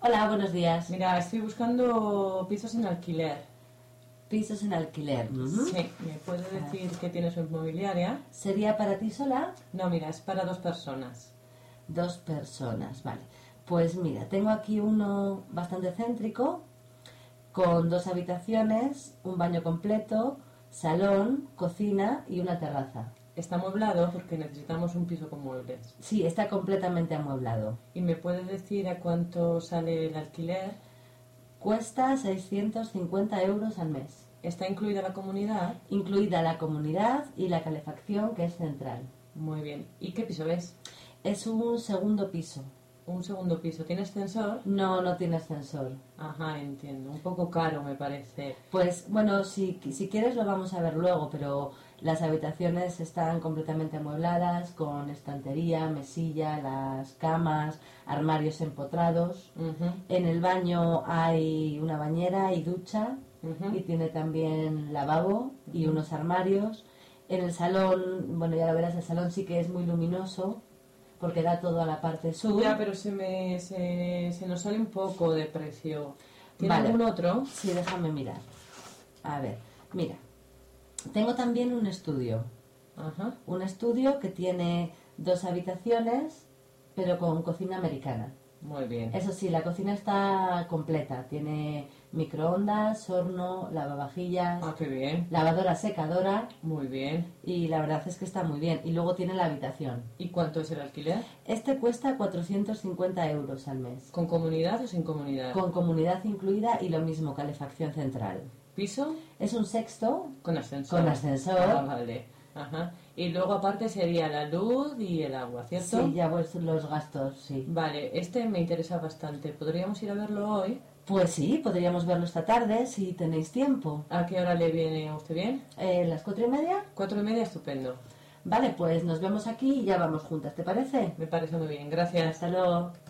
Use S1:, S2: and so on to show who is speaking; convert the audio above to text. S1: Hola, buenos días.
S2: Mira, estoy buscando pisos en alquiler.
S1: Pisos en alquiler. Ujú. Ah.
S2: Sí, ¿me puedes decir que tiene su inmobiliaria?
S1: ¿Sería para ti sola?
S2: No, mira, es para dos personas.
S1: Dos personas, vale. Pues mira, tengo aquí uno bastante céntrico, con dos habitaciones, un baño completo, salón, cocina y una terraza.
S2: Está amueblado porque necesitamos un piso con muebles.
S1: Sí, está completamente amueblado.
S2: ¿Y me puedes decir a cuánto sale el alquiler?
S1: Cuesta 650 euros al mes,
S2: ¿Está incluida la comunidad?
S1: incluida la comunidad y la calefacción que es central.
S2: Muy bien. ¿Y qué piso es?
S1: Es un segundo piso.
S2: Un segundo piso. ¿Tiene ascensor?
S1: No, no tiene ascensor.
S2: Ajá, entiendo. Un poco caro, me parece.
S1: Pues bueno, si, si quieres lo vamos a ver luego, pero las habitaciones están completamente amuebladas, con estantería, mesilla, las camas, armarios empotrados.
S2: Ujú,
S1: En el baño hay una bañera y ducha,
S2: ujú.
S1: y tiene también lavabo y unos armarios. En el salón, bueno, ya lo verás, el salón sí que es muy luminoso, porque da todo a la parte sur.
S2: Ya, pero se, me, se, se nos sale un poco de precio. ¿Tiene
S1: Vale.
S2: algún otro?
S1: Sí, déjame mirar. A ver, mira. Tengo también un estudio.
S2: Ajá.
S1: Un estudio que tiene dos habitaciones, pero con cocina americana.
S2: Muy bien.
S1: Eso sí, la cocina está completa. Tiene microondas, horno, lavavajillas,
S2: Ah, qué bien.
S1: lavadora, secadora
S2: Muy bien.
S1: y la verdad es que está muy bien. Y luego tiene la habitación.
S2: ¿Y cuánto es el alquiler?
S1: Este cuesta 450 euros al mes,
S2: ¿Con comunidad o sin comunidad?
S1: con comunidad incluida y lo mismo, calefacción central.
S2: ¿Piso?
S1: Es un sexto
S2: Con ascensor.
S1: Con ascensor.
S2: Ah, vale. Ajá. Y luego aparte sería la luz y el agua, ¿cierto?
S1: Sí, ya pues los gastos, sí.
S2: Vale, este me interesa bastante. ¿Podríamos ir a verlo hoy?
S1: Pues sí, podríamos verlo esta tarde si tenéis tiempo.
S2: ¿A qué hora le viene a usted bien?
S1: Eh, ¿Las cuatro y media?
S2: Cuatro y media, estupendo.
S1: Vale, pues nos vemos aquí y ya vamos juntas, ¿te parece?
S2: Me parece muy bien. Gracias.
S1: Hasta luego.